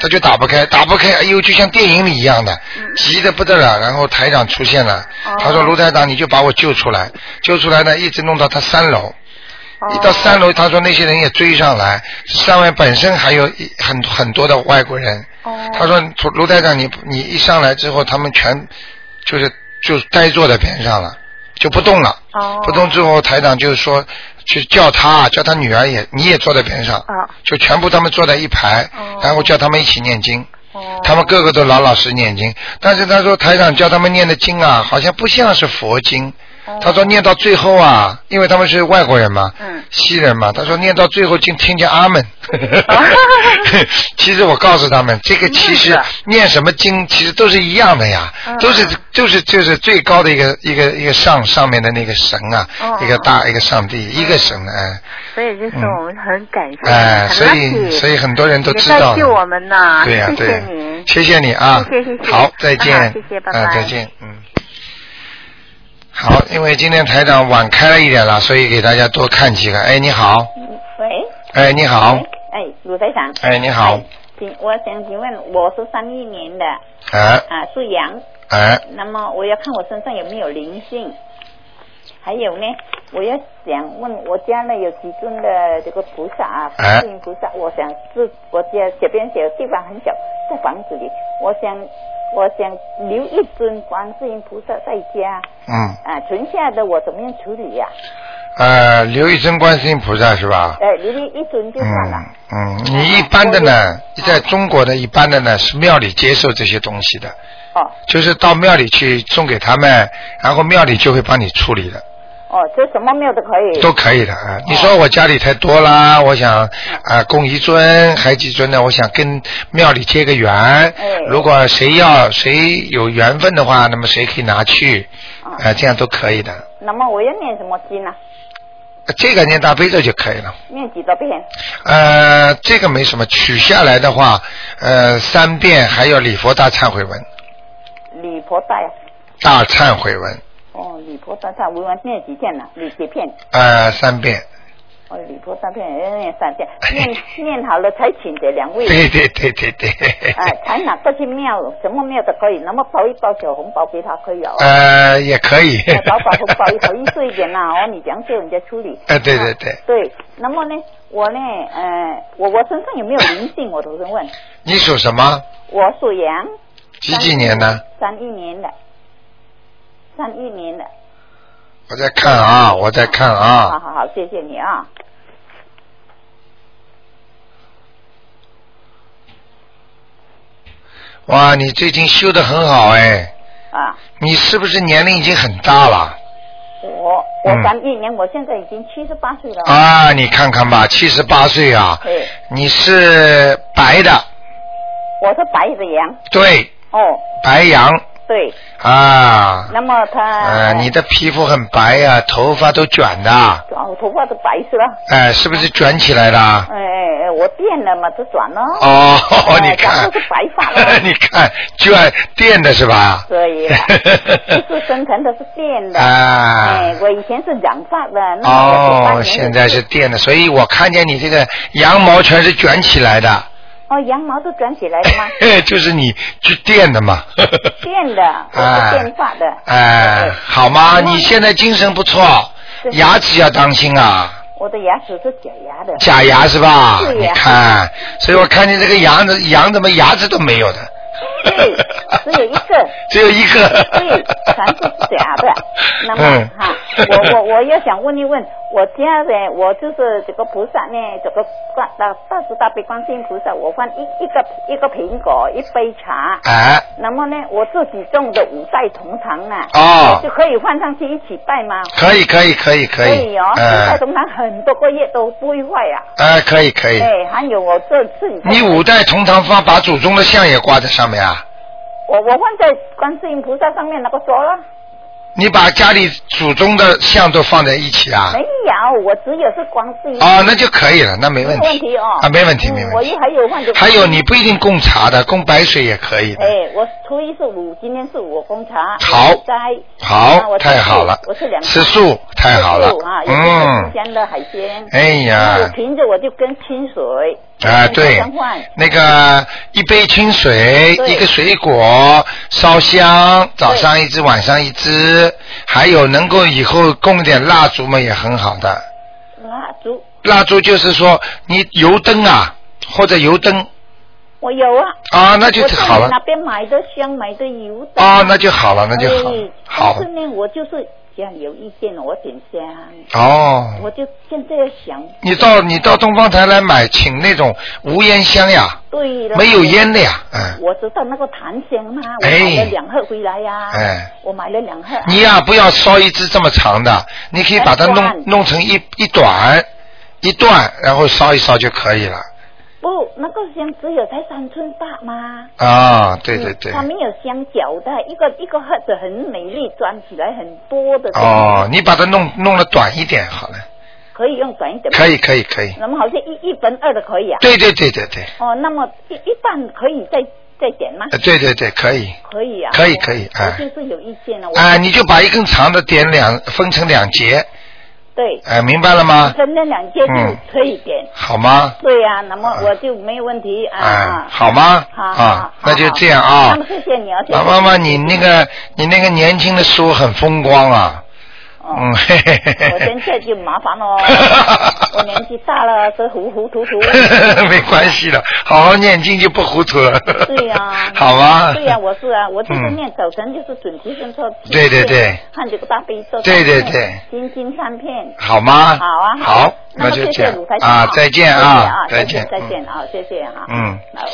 Speaker 2: 他就打不开，打不开，哎呦，就像电影里一样的，
Speaker 8: 嗯
Speaker 2: 急得不得了。然后台长出现了，
Speaker 8: 哦
Speaker 2: 他说：“卢台长，你就把我救出来。”救出来呢，一直弄到他三楼，一到三楼，他说那些人也追上来，上面本身还有一很很多的外国人。他说：“卢台长，你你一上来之后，他们全就是就呆坐在边上了，就不动了。
Speaker 8: 哦
Speaker 2: 不动之后，台长就说去叫他，叫他女儿也你也坐在边上。
Speaker 8: 哦
Speaker 2: 就全部他们坐在一排，
Speaker 8: 哦
Speaker 2: 然后叫他们一起念经。
Speaker 8: 哦
Speaker 2: 他们个个都老老实实念经，但是他说台长教他们念的经啊，好像不像是佛经。
Speaker 8: 哦
Speaker 2: 他说念到最后啊，因为他们是外国人嘛，
Speaker 8: 嗯
Speaker 2: 西人嘛，他说念到最后竟听见阿门。
Speaker 8: 哦
Speaker 2: *laughs* 其实我告诉他们，这个其实念什么经，其实都是一样的呀，
Speaker 8: 嗯
Speaker 2: 都是就是就是最高的一个一个一个上上面的那个神啊，
Speaker 8: 哦嗯
Speaker 2: 一个大一个上帝，一个神哎
Speaker 8: 所以就是我们很感谢，
Speaker 2: 哎，
Speaker 8: 嗯很
Speaker 2: 所
Speaker 8: lucky，
Speaker 2: 以所以很多人都
Speaker 8: 也
Speaker 2: 知
Speaker 8: 在
Speaker 2: 道了。
Speaker 8: 救我们呢，
Speaker 2: 对呀、
Speaker 8: 谢
Speaker 2: 对
Speaker 8: 谢
Speaker 2: 呀、
Speaker 8: 您。
Speaker 2: 谢谢你啊，
Speaker 8: 谢谢谢谢
Speaker 2: 好，再见，
Speaker 8: 啊好谢谢拜拜
Speaker 2: 啊再见，嗯。好，因为今天台长晚开了一点了，所以给大家多看几个。哎，你好，
Speaker 9: 喂，
Speaker 2: 哎，你好，
Speaker 9: 哎，鲁台长，
Speaker 2: 哎，你好，
Speaker 9: 请我想请问，我是三一年的
Speaker 2: 哎
Speaker 9: 啊，属羊，
Speaker 2: 哎，
Speaker 9: 那么我要看我身上有没有灵性，还有呢，我要想问我家呢有几尊的这个菩萨啊，观
Speaker 2: 哎
Speaker 9: 世音菩萨，我想自我家这边小地方很小，在房子里，我想我想留一尊观世音菩萨在家
Speaker 2: 嗯，
Speaker 9: 啊，存下的我怎么样处理呀、
Speaker 2: 呃，刘一真观世音菩萨是吧？
Speaker 9: 呃，留一一尊就
Speaker 2: 嗯
Speaker 9: 算了。
Speaker 2: 嗯，你一般的呢，在中国的一般的呢是庙里接受这些东西的，
Speaker 9: 哦
Speaker 2: 就是到庙里去送给他们，然后庙里就会帮你处理的。
Speaker 9: 哦，这什么庙都可以。
Speaker 2: 都可以的啊。你说我家里太多啦，我想啊供一尊，还几尊呢？我想跟庙里结个缘。如果谁要谁有缘分的话，那么谁可以拿去啊，这样都可以的。
Speaker 9: 那么我要念什么经呢、啊
Speaker 2: 这个念大悲咒就可以了。
Speaker 9: 念几多遍？
Speaker 2: 呃，这个没什么，取下来的话，呃，三遍还有礼佛大忏悔文，
Speaker 9: 哦礼佛大呀。
Speaker 2: 大忏悔文，
Speaker 9: 哦，礼佛大忏悔文念几遍呢、礼几片？
Speaker 2: 呃，三遍。
Speaker 9: 哦，礼佛三片，要念三遍，念念好了才请这两位。
Speaker 2: 对对对对对。
Speaker 9: 啊，才拿到去庙，什么庙都可以，那么包一包小红包给他可以哦。
Speaker 2: *laughs* 呃，也可以。
Speaker 9: 哎包包红包好意思一点呐、哦，你讲给人家处理。
Speaker 2: *laughs* 哎对对对
Speaker 9: 啊对，那么呢，我呢，呃，我我身上有没有灵性？我头先问，
Speaker 2: 你属什么？
Speaker 9: 我属羊，
Speaker 2: 几几年呢？
Speaker 9: 三一年的，三一年的。
Speaker 2: 我在看啊，我在看
Speaker 9: 好
Speaker 2: 啊，
Speaker 9: 好好，谢谢你啊。
Speaker 2: 哇，你最近修的很好哎，
Speaker 9: 啊，
Speaker 2: 你是不是年龄已经很大了
Speaker 9: 我我
Speaker 2: 嗯
Speaker 9: 三一年，我现在已经七十八岁了。
Speaker 2: 啊？你看看吧，七十八岁啊，
Speaker 9: 对，
Speaker 2: 你是白的，
Speaker 9: 我是白的羊。
Speaker 2: 对，
Speaker 9: 哦，
Speaker 2: 白羊，
Speaker 9: 对，
Speaker 2: 啊，
Speaker 9: 那么他
Speaker 2: 呃，你的皮肤很白呀、头发都卷的，
Speaker 9: 啊我头发都白是吧？
Speaker 2: 哎，是不是卷起来的？
Speaker 9: 哎哎，哎我变了嘛，就转了。
Speaker 2: 哦，
Speaker 9: 哎
Speaker 2: 你看
Speaker 9: 全部，是白发了，
Speaker 2: *laughs* 你看，卷垫的是吧？
Speaker 9: 所以
Speaker 2: *laughs*
Speaker 9: 啊不是生成的，是变的。
Speaker 2: 啊
Speaker 9: 哎，我以前是染发的，那么我
Speaker 2: 哦，
Speaker 9: 就发现
Speaker 2: 现在是垫的，所以我看见你这个羊毛全是卷起来的，
Speaker 9: 哦，羊毛都卷起来了
Speaker 2: *laughs*
Speaker 9: 吗？
Speaker 2: 就是你去垫的嘛。
Speaker 9: 变
Speaker 2: 啊
Speaker 9: 的， *laughs* 我是变发的。
Speaker 2: 哎，好吗？你现在精神不错，
Speaker 9: 对
Speaker 2: 牙齿要当心啊，
Speaker 9: 我的牙齿是假牙的。
Speaker 2: 假牙是吧？
Speaker 9: 是
Speaker 2: 你
Speaker 9: 呀。
Speaker 2: 看，所以我看见这个羊子，羊怎么牙齿都没有的，
Speaker 9: 对，只有一个。
Speaker 2: *laughs* 只有一个。
Speaker 9: 对，全部哎是假的。
Speaker 2: *laughs*
Speaker 9: 那么
Speaker 2: 嗯
Speaker 9: 哈、我我我要想问一问，我家的我就是这个菩萨呢，这个观大大慈大悲观世音菩萨，我放一一个一个苹果，一杯茶。
Speaker 2: *laughs* 哎。
Speaker 9: 那么呢，我自己种的五代同堂啊，
Speaker 2: 哦
Speaker 9: 我就可以放上去一起拜吗？
Speaker 2: 可以，可以，可以，可以。
Speaker 9: 哦，五代
Speaker 2: 哎，
Speaker 9: 同堂很多个月都不会坏啊。
Speaker 2: 哎，可以，可以。
Speaker 9: 哎，还有我这次
Speaker 2: 你五代同堂方把祖宗的像也挂在上面啊？
Speaker 9: 我我放在观世音菩萨上面那个说了。
Speaker 2: 你把家里祖宗的像都放在一起啊？
Speaker 9: 没有，我只有是光是一。
Speaker 2: 哦，那就可以了，那没
Speaker 9: 没
Speaker 2: 问
Speaker 9: 有问
Speaker 2: 题。
Speaker 9: 题哦。
Speaker 2: 啊没问题
Speaker 9: 嗯
Speaker 2: 没问题
Speaker 9: 我也还有换的。
Speaker 2: 还有，你不一定供茶的，供白水也可以的。
Speaker 9: 哎，我初一是五，今天是五公茶。
Speaker 2: 好
Speaker 9: 斋。啊
Speaker 2: 好，
Speaker 9: 我吃
Speaker 2: 太好
Speaker 9: 素
Speaker 2: 了
Speaker 9: 我是两。
Speaker 2: 吃素太好了
Speaker 9: 吃素啊，。有吃
Speaker 2: 嗯
Speaker 9: 新，鲜的海鲜。
Speaker 2: 哎呀
Speaker 9: 我凭着我就跟清水。
Speaker 2: 啊
Speaker 9: 跟
Speaker 2: 对
Speaker 9: 相换。，
Speaker 2: 那个一杯清水，
Speaker 9: 对
Speaker 2: 一个水果，烧香，早上一支，晚上一支，还有能够以后供一点蜡烛嘛，也很好的。
Speaker 9: 蜡烛，
Speaker 2: 蜡烛就是说你油灯啊，或者油灯
Speaker 9: 我有啊。
Speaker 2: 啊，那就
Speaker 9: 我在
Speaker 2: 好了
Speaker 9: 哪边买的香，买的油的。
Speaker 2: 啊，那就好了，那就好
Speaker 9: 哎
Speaker 2: 了，好
Speaker 9: 但是呢，我就是这样有意见，我点香。
Speaker 2: 哦。
Speaker 9: 我就现在想，
Speaker 2: 你到你到东方台来买，请那种无烟香呀，
Speaker 9: 对了，
Speaker 2: 没有烟的呀，嗯，
Speaker 9: 我知道那个檀香嘛，我
Speaker 2: 哎
Speaker 9: 买了两盒回来呀、
Speaker 2: 哎，
Speaker 9: 我买了两盒。啊
Speaker 2: 你呀、不要烧一支这么长的，你可以把它
Speaker 9: 很短
Speaker 2: 弄弄成一一短一段，然后烧一烧就可以了。
Speaker 9: 不，那个香只有才三寸大嘛。
Speaker 2: 啊，对对对
Speaker 9: 嗯，它没有香脚的，一个一个盒子很美丽，装起来很多的。
Speaker 2: 哦，，你把它弄弄得短一点好了，
Speaker 9: 可以用短一点。
Speaker 2: 可以。可以可以，
Speaker 9: 那么好像一一分二的可以啊。
Speaker 2: 对对对对对，
Speaker 9: 哦，那么一一半可以再再点吗？
Speaker 2: 呃对对对可以。
Speaker 9: 可以啊。
Speaker 2: 呃可以
Speaker 9: 我
Speaker 2: 可以哎
Speaker 9: 我就是有意见了。我
Speaker 2: 啊，你就把一根长的点两分成两截，
Speaker 9: 对。
Speaker 2: 哎、明白了吗？
Speaker 9: 分那两件
Speaker 2: 嗯
Speaker 9: 就可以点。
Speaker 2: 好吗？
Speaker 9: 对呀、那么我就没有问题啊。
Speaker 2: 哎
Speaker 9: 啊，
Speaker 2: 好吗？
Speaker 9: 好
Speaker 2: 啊
Speaker 9: 好，
Speaker 2: 那就这样啊
Speaker 9: 那。么谢谢你啊，谢谢
Speaker 2: 老妈妈，你那个你那个年轻的时候很风光啊，嗯，嘿嘿嘿
Speaker 9: 哦我
Speaker 2: 嘿
Speaker 9: 现在就麻烦
Speaker 2: *laughs*
Speaker 9: 喽，我年纪大了，这糊糊涂涂。
Speaker 2: 嘿， *laughs* 没关系的，好好念经就不糊涂了。
Speaker 9: 对呀、
Speaker 2: *laughs* 好吗？
Speaker 9: 对呀、我是啊，我就是
Speaker 2: 嗯
Speaker 9: 念早晨就是准提神咒。
Speaker 2: 对对对。
Speaker 9: 看这个大悲咒。
Speaker 2: 对对对。
Speaker 9: 心经三片。
Speaker 2: 好吗？
Speaker 9: 好啊。
Speaker 2: 好，
Speaker 9: 那
Speaker 2: 那
Speaker 9: 么
Speaker 2: 就
Speaker 9: 谢
Speaker 2: 这
Speaker 9: 谢
Speaker 2: 样
Speaker 9: 鲁台长
Speaker 2: 啊，再见啊，
Speaker 9: 再
Speaker 2: 见
Speaker 9: 见，再
Speaker 2: 嗯
Speaker 9: 见啊，谢谢啊。
Speaker 2: 嗯
Speaker 9: 好。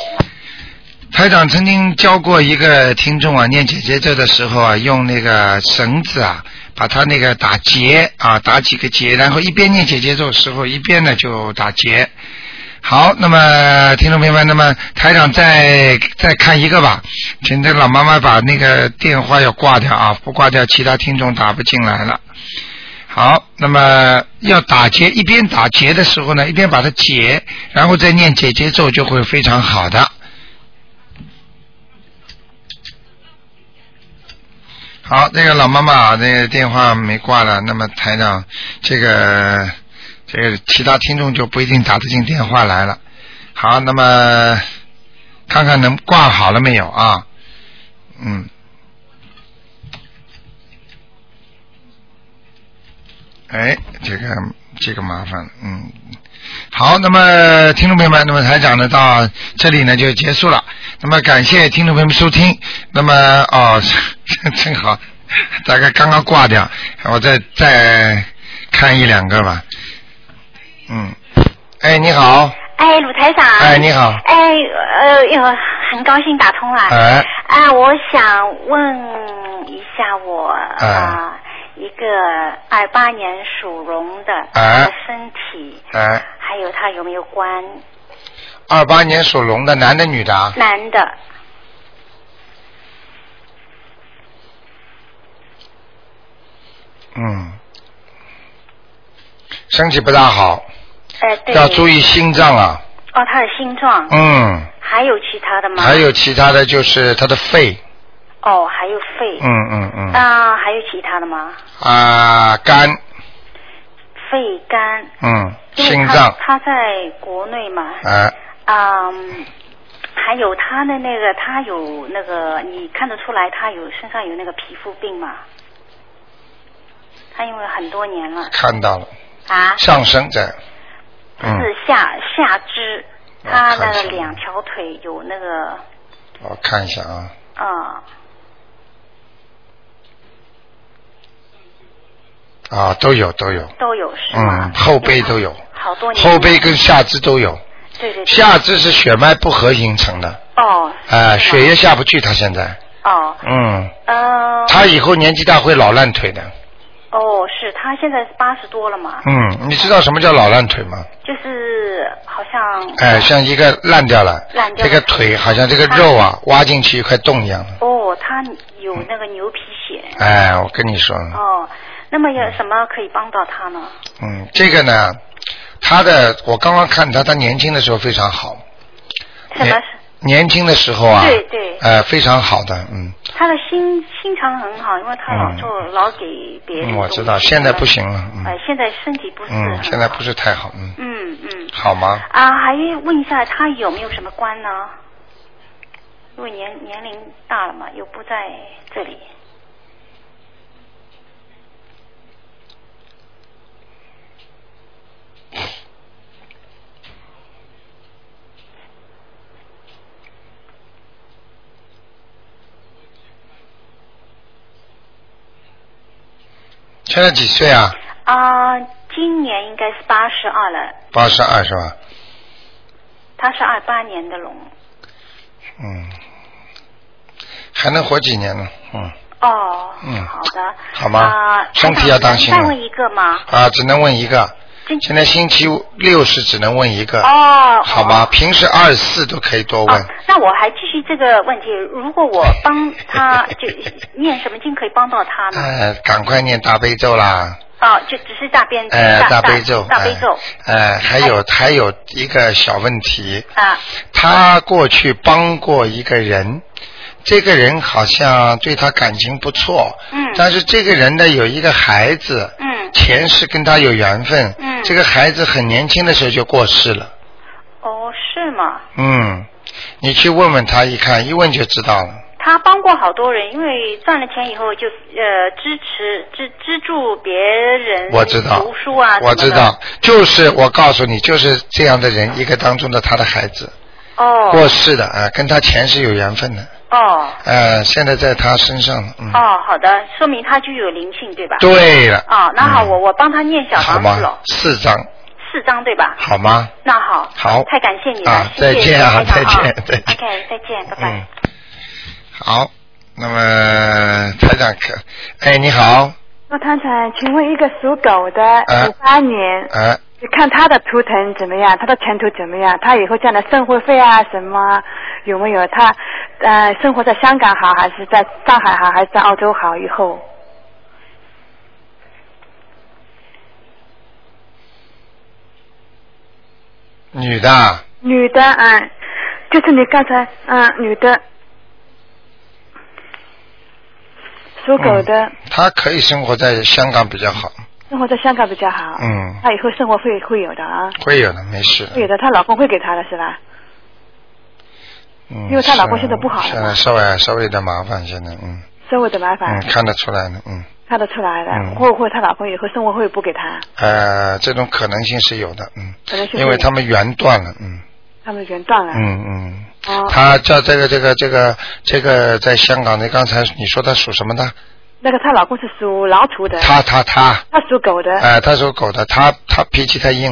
Speaker 2: 台长曾经教过一个听众啊，念姐姐咒的时候啊，用那个绳子啊，把它那个打结啊，打几个结，然后一边念姐姐咒的时候，一边呢就打结。好，那么听众朋友们，那么台长再再看一个吧，请这个老妈妈把那个电话要挂掉啊，不挂掉其他听众打不进来了。好，那么要打结，一边打结的时候呢，一边把它解，然后再念姐姐咒，就会非常好的。好，那个老妈妈，那个电话没挂了。那么台长，这个这个其他听众就不一定打得进电话来了。好，那么看看能挂好了没有啊？嗯。哎，这个这个麻烦了，嗯。好，那么听众朋友们，那么台长呢到这里呢就结束了。那么感谢听众朋友们收听。那么哦， *laughs* 正好大概刚刚挂掉，我再再看一两个吧。嗯，哎，你好，
Speaker 10: 哎，鲁台长。
Speaker 2: 哎你好
Speaker 10: 哎，呃，哟，很高兴打通了。
Speaker 2: 哎，
Speaker 10: 啊，我想问一下我
Speaker 2: 哎
Speaker 10: 啊、一个二八年属龙的，
Speaker 2: 哎
Speaker 10: 的身体，
Speaker 2: 哎，
Speaker 10: 还有他有没有关？
Speaker 2: 二八年属龙的，男的女的啊？
Speaker 10: 男的，
Speaker 2: 嗯，身体不大好，
Speaker 10: 哎，对。
Speaker 2: 要注意心脏啊。
Speaker 10: 哦，他的心脏。。
Speaker 2: 嗯，
Speaker 10: 还有其他的吗？
Speaker 2: 还有。其他的就是他的肺，
Speaker 10: 哦，还有肺。
Speaker 2: 嗯。嗯嗯，
Speaker 10: 啊，还有其他的吗？
Speaker 2: 啊、肝，
Speaker 10: 肺、肝。
Speaker 2: 嗯，
Speaker 10: 因为
Speaker 2: 心
Speaker 10: 他
Speaker 2: 脏，
Speaker 10: 他在国内嘛，
Speaker 2: 啊、
Speaker 10: 嗯，还有他的那个，他有那个，你看得出来他有身上有那个皮肤病嘛？他因为很多年了
Speaker 2: 看到了，
Speaker 10: 啊，
Speaker 2: 上升在，嗯，
Speaker 10: 是下下肢，
Speaker 2: 我
Speaker 10: 他
Speaker 2: 看
Speaker 10: 那个
Speaker 2: 见了
Speaker 10: 两条腿有那个，
Speaker 2: 我看一下啊，
Speaker 10: 嗯，
Speaker 2: 啊，都有都有，
Speaker 10: 都有是吗
Speaker 2: 嗯，？后背都有，
Speaker 10: 好多年了。
Speaker 2: 后背跟下肢都有，
Speaker 10: 对对对。
Speaker 2: 下肢是血脉不和形成的，
Speaker 10: 哦
Speaker 2: 啊、血液下不去，他现在，
Speaker 10: 哦
Speaker 2: 嗯，
Speaker 10: 呃。
Speaker 2: 他以后年纪大会老烂腿的，
Speaker 10: 哦，是他现在八十多了嘛，
Speaker 2: 嗯，你知道什么叫老烂腿吗？
Speaker 10: 就是好像。
Speaker 2: 哎，像一个烂掉了，
Speaker 10: 嗯烂掉
Speaker 2: 这
Speaker 10: 了
Speaker 2: 个腿好像这个肉啊挖进去一块洞一样的，
Speaker 10: 哦，他有那个牛皮癣。
Speaker 2: 哎，我跟你说，
Speaker 10: 哦，那么有什么可以帮到他呢？
Speaker 2: 嗯，这个呢，他的我刚刚看他，他年轻的时候非常好，
Speaker 10: 什么
Speaker 2: 年？年轻的时候啊，
Speaker 10: 对对
Speaker 2: 呃，非常好的，嗯，
Speaker 10: 他的心心肠很好，因为他老做、老给别人东
Speaker 2: 嗯
Speaker 10: 西。
Speaker 2: 我知道，现在不行了，嗯
Speaker 10: 哎，现在身体不是很
Speaker 2: 嗯，
Speaker 10: 好。
Speaker 2: 现在不是太好，嗯，
Speaker 10: 嗯嗯。
Speaker 2: 好吗？
Speaker 10: 啊，还问一下他有没有什么官呢？因为年年龄大了嘛，又不在这里。
Speaker 2: 现在几岁啊？
Speaker 10: 啊，今年应该是八十二了，
Speaker 2: 八十二是吧？
Speaker 10: 他是二八年的龙。
Speaker 2: 嗯，还能活几年呢？嗯
Speaker 10: 哦，
Speaker 2: 嗯，
Speaker 10: 好的。
Speaker 2: 好吗
Speaker 10: 啊、
Speaker 2: 身体要当心
Speaker 10: 再
Speaker 2: 啊
Speaker 10: 问一个吗？
Speaker 2: 啊，只能问一个。
Speaker 10: 真
Speaker 2: 现在星期五六是只能问一个，
Speaker 10: 哦
Speaker 2: 好吗？平时二四都可以多问，
Speaker 10: 那我还继续这个问题，如果我帮他就念什么经可以帮到他呢？
Speaker 2: 呃，赶快念大悲咒啦，
Speaker 10: 哦，就只是大便
Speaker 2: 呃，
Speaker 10: 大
Speaker 2: 悲咒，
Speaker 10: 大悲咒哎
Speaker 2: 呃，呃还有还有一个小问题，
Speaker 10: 啊，
Speaker 2: 他过去帮过一个人，这个人好像对他感情不错，
Speaker 10: 嗯
Speaker 2: 但是这个人呢有一个孩子，
Speaker 10: 嗯，
Speaker 2: 前世跟他有缘分，
Speaker 10: 嗯
Speaker 2: 这个孩子很年轻的时候就过世了，
Speaker 10: 哦，是吗？
Speaker 2: 嗯，你去问问他一看，一问就知道了，
Speaker 10: 他帮过好多人，因为赚了钱以后就呃支持支资助别人
Speaker 2: 我知道
Speaker 10: 嗯读书啊，
Speaker 2: 我知道。，就是我告诉你，就是这样的人，一个当中的他的孩子。
Speaker 10: 哦
Speaker 2: 过世的啊，跟他前世有缘分的，
Speaker 10: 哦
Speaker 2: 呃，现在在他身上了，嗯，
Speaker 10: 哦，好的，说明他就有灵性对吧？
Speaker 2: 对了
Speaker 10: 哦，那好，
Speaker 2: 嗯
Speaker 10: 我我帮他念小
Speaker 2: 好
Speaker 10: 房子
Speaker 2: 吗
Speaker 10: 了，？
Speaker 2: 四张，
Speaker 10: 四张对吧？
Speaker 2: 好吗？
Speaker 10: 那好，
Speaker 2: 好
Speaker 10: 太感谢你了，
Speaker 2: 啊，
Speaker 10: 谢
Speaker 2: 再
Speaker 10: 谢
Speaker 2: 见啊，
Speaker 10: 台长
Speaker 2: 再见，再见。
Speaker 10: OK，再见，拜拜。
Speaker 2: 嗯，好，那么台长可，哎，你好，
Speaker 11: 罗团长，请问一个属狗的
Speaker 2: 啊
Speaker 11: 五八年，
Speaker 2: 哎，
Speaker 11: 你看他的图腾怎么样？他的前途怎么样？他以后将来生活费啊什么有没有？他呃生活在香港好，还是在上海好，还是在澳洲好？以后
Speaker 2: 女的啊，
Speaker 11: 女的嗯，就是你刚才嗯女的属狗的、
Speaker 2: 嗯她可以生活在香港比较好，
Speaker 11: 生活在香港比较好，
Speaker 2: 嗯，
Speaker 11: 她以后生活费会有的啊，
Speaker 2: 会有的，没事的，
Speaker 11: 会有的，她老公会给她的是吧？
Speaker 2: 嗯，
Speaker 11: 因为她老公
Speaker 2: 是
Speaker 11: 现在不好了
Speaker 2: 现在稍微稍微有点麻烦，现在，嗯
Speaker 11: 生活的麻烦。
Speaker 2: 嗯，看得出来了，嗯，
Speaker 11: 看得出来的，
Speaker 2: 嗯
Speaker 11: 会不会他老婆以后生活会补给他？
Speaker 2: 呃，这种可能性是有的，嗯，
Speaker 11: 可能是啊
Speaker 2: 因为他们缘断了，嗯
Speaker 11: 他们缘断了。
Speaker 2: 嗯嗯，
Speaker 11: 哦，
Speaker 2: 他叫这个这个这个这个在香港的，刚才你说他属什么的？
Speaker 11: 那个她老公是属老鼠的，
Speaker 2: 他他他，
Speaker 11: 他属狗的，
Speaker 2: 哎、他属狗的，他他脾气太硬，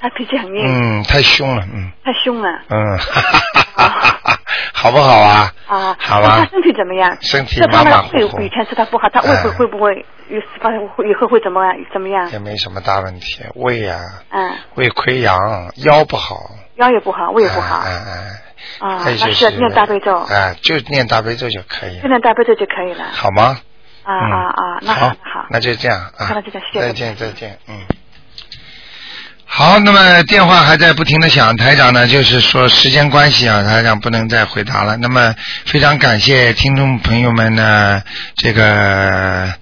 Speaker 11: 他脾气很硬，
Speaker 2: 嗯，太凶了，嗯
Speaker 11: 太凶了
Speaker 2: 嗯，哈哈哈哈哈， *laughs* 好不好啊？
Speaker 11: 啊。
Speaker 2: 好
Speaker 11: 那
Speaker 2: 吧
Speaker 11: 他身体怎么样？
Speaker 2: 身体
Speaker 11: 这方
Speaker 2: 马
Speaker 11: 面
Speaker 2: 马虎
Speaker 11: 会
Speaker 2: 虎
Speaker 11: 比以前吃他不好，他胃会
Speaker 2: 哎
Speaker 11: 会不会有发以后会怎么样怎么样？
Speaker 2: 也没什么大问题，胃啊，
Speaker 11: 嗯，
Speaker 2: 胃溃疡，腰不好，
Speaker 11: 腰也不好，胃也不好
Speaker 2: 哎哎
Speaker 11: 啊。
Speaker 2: 哎，
Speaker 11: 那
Speaker 2: 就是
Speaker 11: 要念大悲咒，
Speaker 2: 哎，就念大悲咒就可以
Speaker 11: 就，念大悲咒就可以了。
Speaker 2: 好吗？嗯
Speaker 11: 啊啊啊，那
Speaker 2: 好，
Speaker 11: 好，
Speaker 2: 那就这样啊，
Speaker 11: 那就这样谢谢
Speaker 2: 再见再见，嗯。好，那么电话还在不停的响，台长呢，就是说时间关系啊，台长不能再回答了。那么非常感谢听众朋友们呢，这个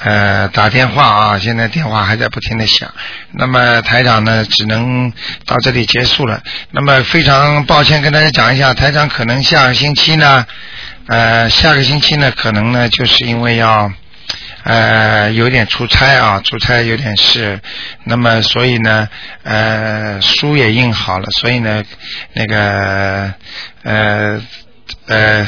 Speaker 2: 呃打电话啊，现在电话还在不停的响。那么台长呢，只能到这里结束了。那么非常抱歉跟大家讲一下，台长可能下个星期呢，呃，下个星期呢，可能呢，就是因为要。呃，有点出差啊，出差有点事，那么所以呢，呃，书也印好了，所以呢，那个呃呃，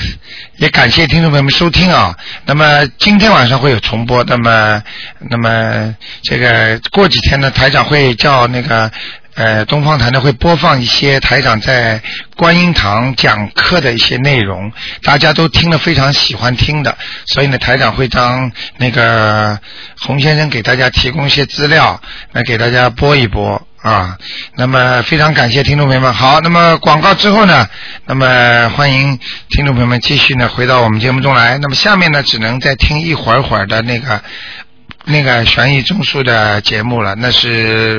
Speaker 2: 也感谢听众朋友们收听啊。那么今天晚上会有重播，那么那么这个过几天呢，台长会叫那个。呃，东方台呢会播放一些台长在观音堂讲课的一些内容，大家都听了非常喜欢听的，所以呢，台长会当那个洪先生给大家提供一些资料，来给大家播一播啊。那么非常感谢听众朋友们。好，那么广告之后呢，那么欢迎听众朋友们继续呢回到我们节目中来。那么下面呢，只能再听一会儿会儿的那个那个悬疑综述的节目了，那是。